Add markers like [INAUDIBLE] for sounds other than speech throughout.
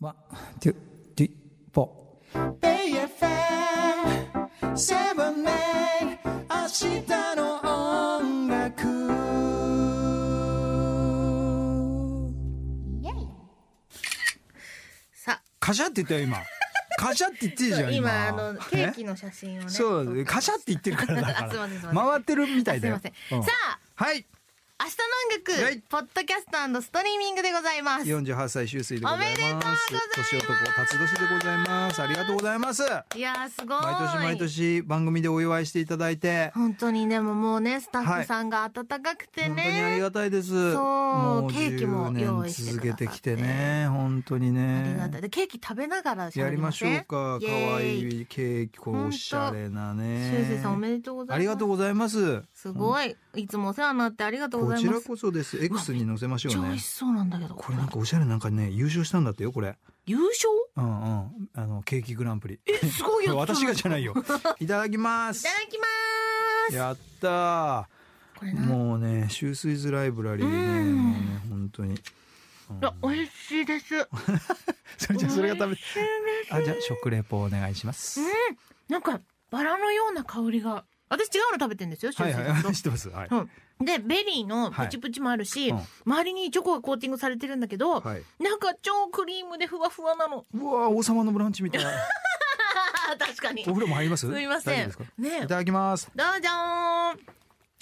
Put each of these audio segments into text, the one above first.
ワン、ツー、スリー、フォー。 BFM7 年明日の音楽さカシャって言ったよ今カシャって言ってるじゃあん今今あのケーキの写真をねえそうカシャって言ってるからだか [LAUGHS] あすいませんすいまらせん回ってるみたいだよあすいませんうさあはい明日の音楽、はいポッドキャストストリーミングでございます48歳終水でございますおめでとうございます年男辰年でございますありがとうございますいやーすごい毎年毎年番組でお祝いしていただいて本当にでももうねスタッフさんが温かくて本ね、当にありがたいですそうもうケーキ10も年用意して続くけださっててきてね本当にありがねたいでケーキ食べながら喋やりましょうかイ可エーイ愛いケーキこうおしゃれなね修正さんおめでとうございますありがとうございますすごいいつもお世話になってありがとうごこざいちまらすこそです。X に載せましょ超う美ね味し。そうなんだけどこれなんかおしゃれなんかね優勝したんだってよこれ。優勝うんうんあのケーキグランプリ。えすごいよ [LAUGHS] 私がいじゃないよ。いただきまたすだ。きまーすやったこれー。なもうねシュースイズライブラリーうねんもうね本当に。うんあ美味しいです [LAUGHS] それじゃあそれが食べて美味しいですあじゃあ食レポお願いします。うんなんかバラのような香りが私違うの食べてんですよ修はい正はさいんとはい知ってますはい。うん、でベリーのはいプチプチもあるし、うん周りにチョコがコーティングされてるんだけど、はい。なんか超クリームでふわふわなの [LAUGHS] うわー王様のブランチみたいな。確かにお風呂も入ります？すいませ大ん丈夫ですねかえいただきます。どうじゃ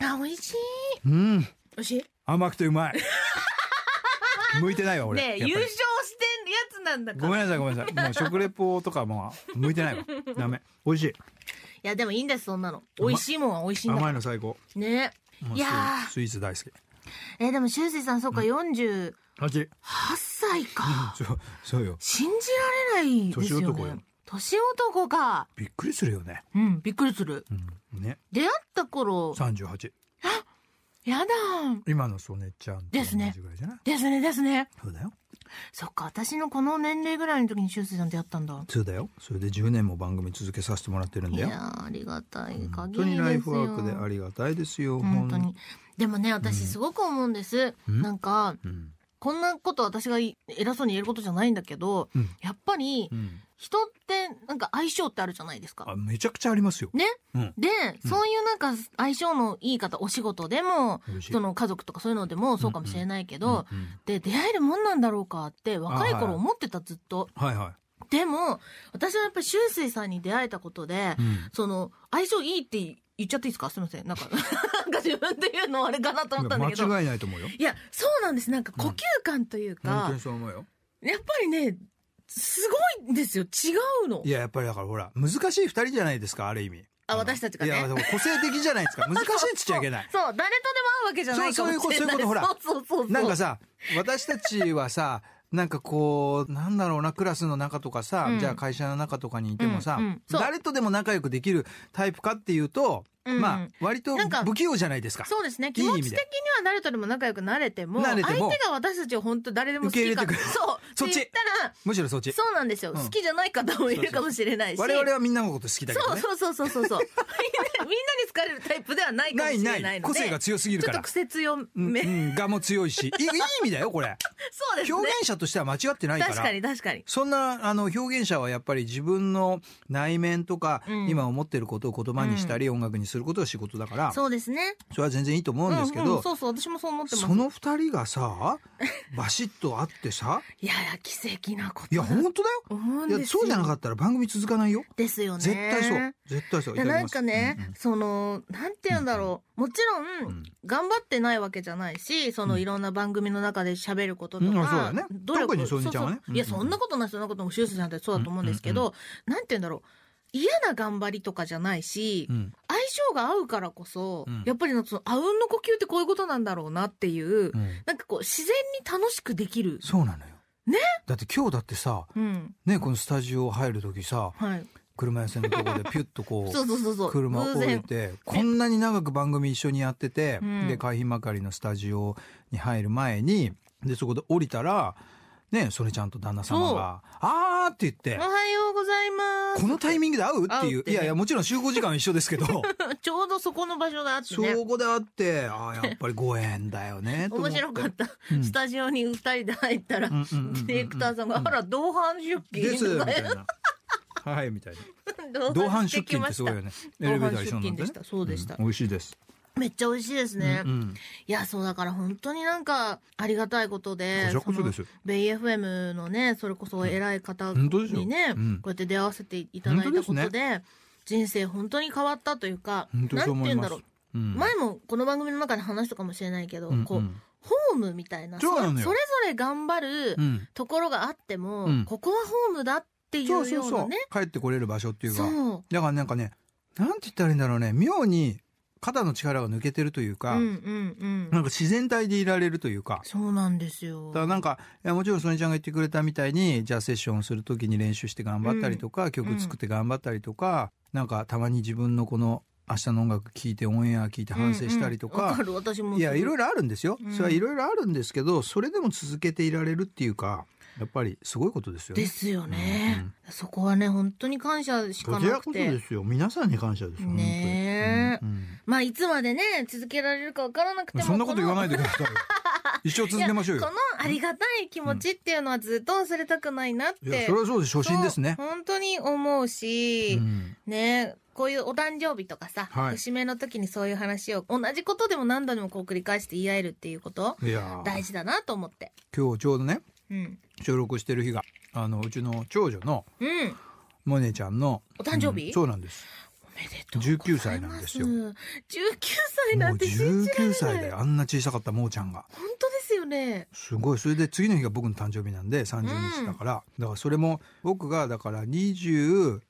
ーんあ美味しいうん美味しい甘くてうまい。向いてないわ俺。ねえやっ優ぱり勝してるやつなんだかごめんらないさいごめんなさい。もう食レポとかもう向いてない [LAUGHS] わ。ダメ。美味しやでもいいんですそんなのま美味しいもんは美味しいい。んだ甘からいの最高。ねもういやースイーツ大好き。ええでもしゅうせいさんそうか、48あっち。歳かそうそうよ。信じられないですよ年ね男よ年男かびっくりするよね。うんびっくりするうん、ね。出会った頃三十八。やだー今のソネちゃんと同じぐらいじゃない。ですねですねそうだよ。そっか私のこの年齢ぐらいの時にしゅうせいさん出会ったんだそうだよ。それで十年も番組続けさせてもらってるんいだやよ。ーありがたい本限当にりですよライフワークでありがたいですよ。本当に。でもね私すごく思うんです、うんなんかうん。こんなこと私がい偉そうに言えることじゃないんだけどうん。やっぱりうん。人ってなんか相性ってあるじゃないですかあ、。めちゃくちゃありますよ。ねうん。で、うんそういうなんか相性のいい方お仕事でも美味しい人の家族とかそういうのでもそうかもしれないけど、うんうんで出会えるもんなんだろうかって若い頃思ってたずっと。はいはでも私はやっぱり修水さんに出会えたことで、い。うん。その相性いいって言っちゃっていいですかすいませんなんか [LAUGHS] なんか自分で言うのあれかなと思ったんだけど。間違いないと思うよ。いや、そうなんです。なんか呼吸感という本か当、にそう思うよ。やっぱりね、すごいんですよ。違うのい。や、やっぱりだからほら、難しい二人じゃないですか、ある意味。あ私たちがねいや、でも個性的じゃないですか。難しいって言っちゃいけない。そう、誰とでも会うわけじゃないかもそうそうしれない。いうことそういうことほらそうそうそうそ [LAUGHS] う。なんかさ、私たちはさ、なんかこう、なんだろうな、クラスの中とかさ、うんじゃあ会社の中とかにいてもさ、うんうんそう誰とでも仲良くできるタイプかっていうと、うんまあ、割となんか不器用じゃないですか。そうですね。い気い意持味でち的には誰とでも仲良くなれても、なれても相手が私たちを本当誰でも好きか受け入れてくれるそう。そっちて言ったら、むしろそっち。そうなんですよ、うん好きじゃない方もいるかもしれないし。我々はみんなのこと好きだけどそうね。そうそうそうそうそう。 [LAUGHS] みんなみんなに好かれるタイプではないかもなしいれなないので。い。個性が強すぎるちかょっとら。癖強うん、め。うんがも強いし。いいい意味だよ、これ。そうですね。表現者としては間違ってないから。 [LAUGHS] 確かに確かに。そんなあの表現者はやっぱり自分の内面とか、うん今思ってることを言葉にしたり、音楽にすることが仕事だからそそうですね。れは全然いいと思うんですけど、うんうんそうそう、私もそう思ってますそ。の二人が [LAUGHS] さバシッと会ってさいやいや、奇跡なこといやだと本当だよ思うんいですやそよ。うじゃなかったら番組続かないよ、ですよね。絶対そう絶対そういでただきなまんすかね、うんうんその、なんて言うんだろう。もちろん、うん頑張ってないわけじゃないし、その、うんいろんな番組の中で喋ることとうんあそうか、だね努力特にソニーちゃんはねそうそういや、うんうんそんなことない、そんなことも、シュースさんってそうだと思うんですけど、うんなんて言うんだろう。嫌な頑張りとかじゃないし、うん相性が合うからこそ、うんやっぱりなんかその、あうんの呼吸ってこういうことなんだろうなっていう、うんなんかこう、自然に楽しくできる。そうなのよねだって今日だってさうん。ねこのスタジオ入る時さはい。車屋さんのとこでピュッとこう [LAUGHS] そうそうそうそう。車を偶降り然。てこんなに長く番組一緒にやってて、うんで海浜まかりのスタジオに入る前にでそこで降りたらねそれちゃんと旦那様が「あー」って言っておはようございま「すこのタイミングで会う?」って会いううってねいやいやもちろん集合時間は一緒ですけど [LAUGHS] ちょうどそこの場所があってそねこで会ってあーやっぱりご縁だよ [LAUGHS] ねと思面って白かった、うんスタジオに二人で入ったら、うんうんうんうんうんディレクターさんが「あら同伴出勤」ですみとかたいなはいみたいな同 [LAUGHS] 同伴伴出してき勤っまてしすたごいよねエレ同ベーター伴出一緒なんで勤でねしたそうでした、うん美味しいですめっちゃ美味しいですね、うんうんいやそうだから本当になんかありがたいことでこちらこそですそよのベイ FM のねそれこそ偉い方本当ですよにね、うんこうやって出会わせていただいたこと本当でで人生本当に変わったというか本当になそうんて思いう言まんすだろう、うん前もこの番組の中で話したかもしれないけど、うんこううんホームみたいなそうなのよそれぞれ頑張るうんところがあっても、うんここはホームだっていうよそううそうそなうね帰ってこれる場所っていうかそうだからなんかねなんて言ったらいいんだろうね妙に肩の力が抜けてるといううんか、うんうなんんか自然体でいられるというか。そうなんですよだからなんかいやもちろん曽根ちゃんが言ってくれたみたいにじゃあセッションする時に練習して頑張ったりとか、曲作って頑張ったりとか、なんかたまに自分のこの明日の音楽聴いてオンエア聴いて反省したりとうんうんわか、かる私もいやいろいろろあるんですよ、うんそれはいろいろあるんですけどそれでも続けていられるっていうかやっぱりすごいことですよね。ですよね、そこはね本当に感謝しこかちらなくこそてですよ皆さんに感謝ですよ本当にねえうんうんまあいつまでね続けられるかわからなくてもそんなこと言わないでください。一生続けましょうこよ。のありがたい気持ちっていうのはずっと忘れたくないないっや、てそれはそうです。初心ですねそ。う本当に思うし、うんねこういうお誕生日とかさ、はい節目の時にそういう話を同じことでも何度でもこう繰り返して言い合えるっていうこといやー、大事だなと思って今日ちょうどね、うん収録してる日が、あの、うちの長女のうんモネちゃんの。お誕生日うんそうなんです。おめでとうござい19ます歳なんですよ19歳もなうんて信じら19れない歳だよ。あんな小さかったもーちゃんが。本当ですよねすごい。それで次の日が僕の誕生日なんで、30日だから。だからそれも、僕がだから28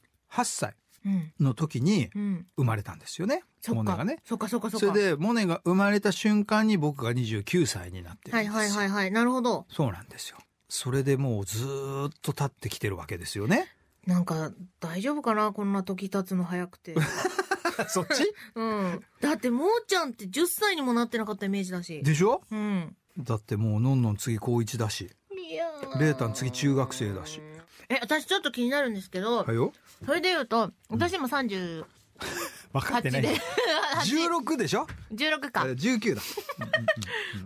歳うんの時にうん生まれたんですよね。そモっネかがね。そっかそっかそっそかれで、モネが生まれた瞬間に僕が29歳になってるんはですいよ。はいはいはいなるほどそうなんですよ。それでもうずーっと経ってきてるわけですよね。なんか大丈夫かなこんな時経つの早 [LAUGHS] くて [LAUGHS] そっちうんだってもうちゃんって10歳にもなってなかったイメージだしでしょうんだってもうのんのん次高一だし。いやーレイタン次中学生だしえ私ちょっと気になるんですけど、はいよ。それで言うと私今38分かってない。 [LAUGHS] で16でしょ16あかれ19だ。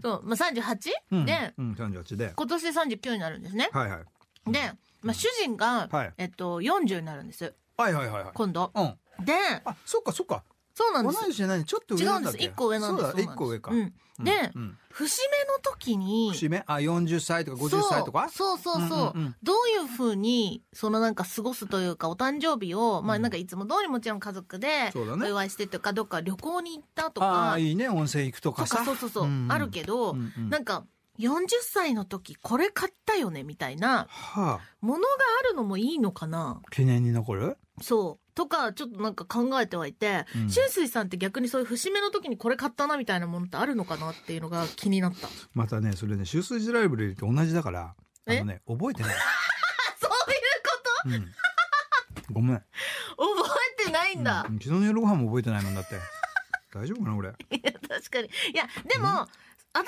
そう、まあ、38、うんでうん、38で。今年で39になるんですね、はいはい。で、まあ、主人が、はいえっと、40になるんですはいはいはいはい。今度うん。であ、そっかそっか。そうなん同でいす年じゃないちょっと違上うなんんでだっすけ1個上なんですそうだ、1個上か。うんで、うん節目の時に節目あ、40歳とか50歳とかそうそうそうそう,、うんうんうんどういうふうにそのなんか過ごすというかお誕生日を、まあなんかいつも通りもちろん家族でそうだおね祝いしてとかどっか旅行に行ったとあかあ、いいね。温泉行くととかかさ。そうそうそう、んんあるけど、うんうんなんか40歳の時これ買ったよねみたいなはあ、ものがあるのもいいのかな記念に残るそうとかちょっとなんか考えてはいて、うんしゅんすいさんって逆にそういう節目の時にこれ買ったなみたいなものってあるのかなっていうのが気にな [LAUGHS] った。またねそれね修水寺ライブリーと同じだからあえのね覚え [LAUGHS] てない、そういううん、ごめんこと覚えてないんだ。うん昨日の夜ご飯も覚えてないもんだって大丈夫かな俺いや [LAUGHS] 確かにいやでも、うん私も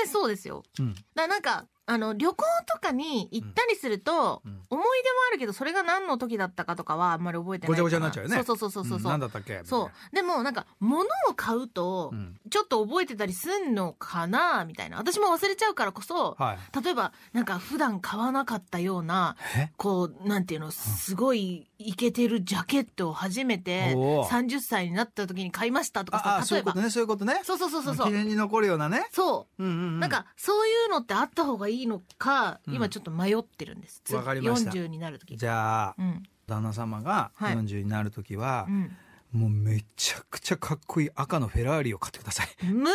大体そうですようんだからなんかあの旅行とかに行ったりすると、うん思い出もあるけどそれが何の時だったかとかはあんまり覚えてないごちゃからごちゃになっちゃうよねそうそうそうそううんそう、なんだったっけそうでもなんか物を買うと、みたいなうんちょっと覚えてたりすんのかなみたいな私も忘れちゃうからこそはい例えばなんか普段買わなかったようなえこうなんていうのすごいイケてるジャケットを初めておー30歳になった時に買いましたとかああさそうい例えうこばとねそういうことねそうそうそうそうそ記う。念に残るようなねそうんうん、うう。ん、なんか、そういうのってあった方がいいのか、うん今ちょっと迷ってるんです。わかりました40になる時。じゃあうん。旦那様がはい40になる時は、うん。もうめちゃくちゃかっこいい赤のフェラーリを買ってください [LAUGHS] 無理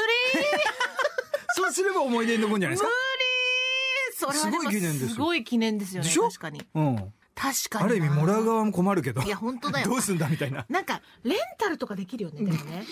そうすれば思い出に残るんじゃ無ない理ですかそれはすごい記念ですよすごい記念ですよね。でしょ確かに。うん確かにな。ある意味もらう側も困るけどいや、本当だよ [LAUGHS] ど。うすんだみたい [LAUGHS] ななんか、レンタルとかできるよね、でもね。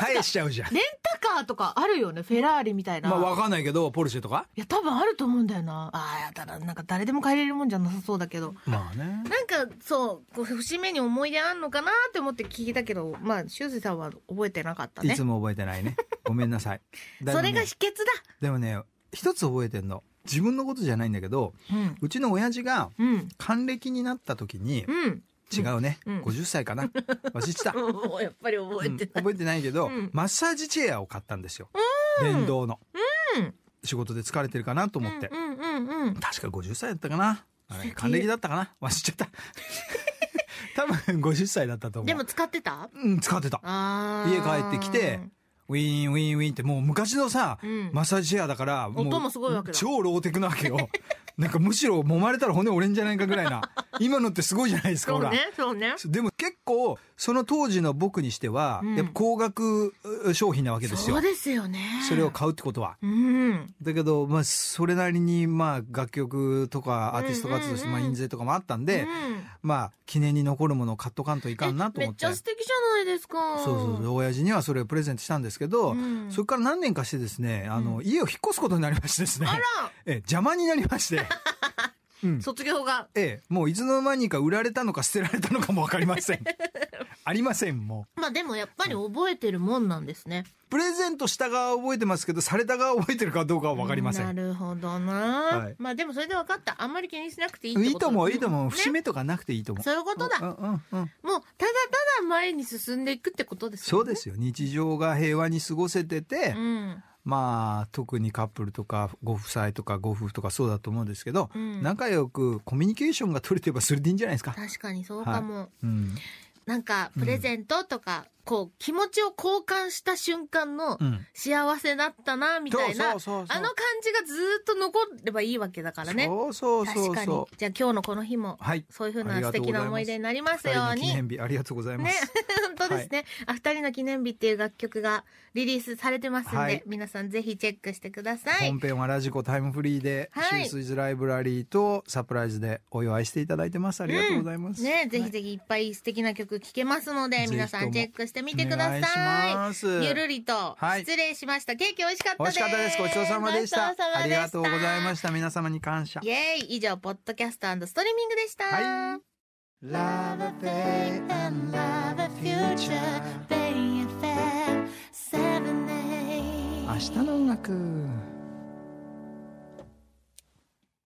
返しちゃうじゃんレンタカーとかあるよね、フェラーリみたいな。まあわかんないけどポルシェとかいや、多分あると思うんだよな。ああ、ただ、なんか誰でも帰れるもんじゃなさそうだけど。まあねなんかそうこう節目に思い出あんのかなって思って聞いたけどまあ修正さんは覚えてなかったいねつも覚えてないねごめんなさいだ [LAUGHS] そいぶれねが秘訣だでもね一つ覚えてんの自分のことじゃないんだけどうんうちの親父がうん還暦になった時にうん違うね、うん50歳かな忘れてた、 [LAUGHS] うんもうやっぱり覚えてない、覚えてないけど、うんマッサージチェアを買ったんですよ電動の、うん仕事で疲れてるかなと思って、うんうんうんうん確か50歳だったかなあ素れ敵還暦だったかな忘れちゃった [LAUGHS] 多分50歳だったと思うでも使ってたうん使ってたあー家帰ってきてウィーンウィーンウィーンってもう昔のさ、うんマッサージチェアだからう音もすごいわけだ超ローテクなわけよ [LAUGHS] なんかむしろ揉まれたら骨折れんじゃないかぐらい [LAUGHS] な今のってすごいじゃないですかそほうらねそうねでも結構その当時の僕にしては、うんやっぱ高額う商品なわけですよそうですよねそれを買うってことはうんだけど、まあ、それなりに、まあ、楽曲とかアーティスト活動して、うんうんうんまあ、印税とかもあったんで、うんまあ記念に残るものを買っとかんといかんなとえ思めっってちゃ素敵じゃないですかそうそうそう親父にはそれをプレゼントしたんですけど、うんそれから何年かしてですねあの、う家を引っ越すことになりましてですねあら [LAUGHS] ええ邪魔になりま [LAUGHS] して、うん卒業がええ、もういつの間にか売られたのか捨てられたのかも分かりま [LAUGHS] せんありませんもまあでもやっぱり覚えてるもんなんですねうプレゼントした側は覚えてますけどされた側は覚えてるかどうかは分かりません、なるほどな、いまあでもそれで分かったあんまり気にしなくていいっていいことと思ういいと思うね節目とかなくていいと思うそういうことだもううんうんうんただただ前に進んでいくってことですそようねですよ日常が平和に過ごせてて、うんまあ特にカップルとかご夫妻とかご夫婦とかそうだと思うんですけど、うん仲良くコミュニケーションが取れてればそれでいいんじゃないですか。確かにそうかも、うんなんかプレゼントとか、こう気持ちを交換した瞬間のうん、幸せだったなみたいそうな、そうそうそうあの感じがずーっと残ればいいわけだからねそうそうそう確かにそう。じゃあ今日のこの日もはい。そういうふうあなり素がとうござい敵ますな思い出になりますよ二人のう記に念日ありがとうございまねす。、 [LAUGHS] 本当ですね。あ、二人の記念日っていう楽曲がリリースされてますんで、はい皆さんぜひチェックしてください本。編はラジコタイムフリーで、はいシースイズライブラリーとサプライズでお祝いしていただいてます。ありがとうございます。ね、ぜひぜひいっぱい素敵な曲聴けますので、ひとも皆さんチェックしてみてくだおさ願いしますい。ゆるりとはい失礼しました。ケーキ美味しかった美味しです。かったです。ごちそうさまでした。ごちそうさまあでりしたがとうございました。皆様に感謝。イエーイ以上、ポッドキャストストリーミングでした。はい Love a faith and love a future. Bay FM 7 8明日の音楽。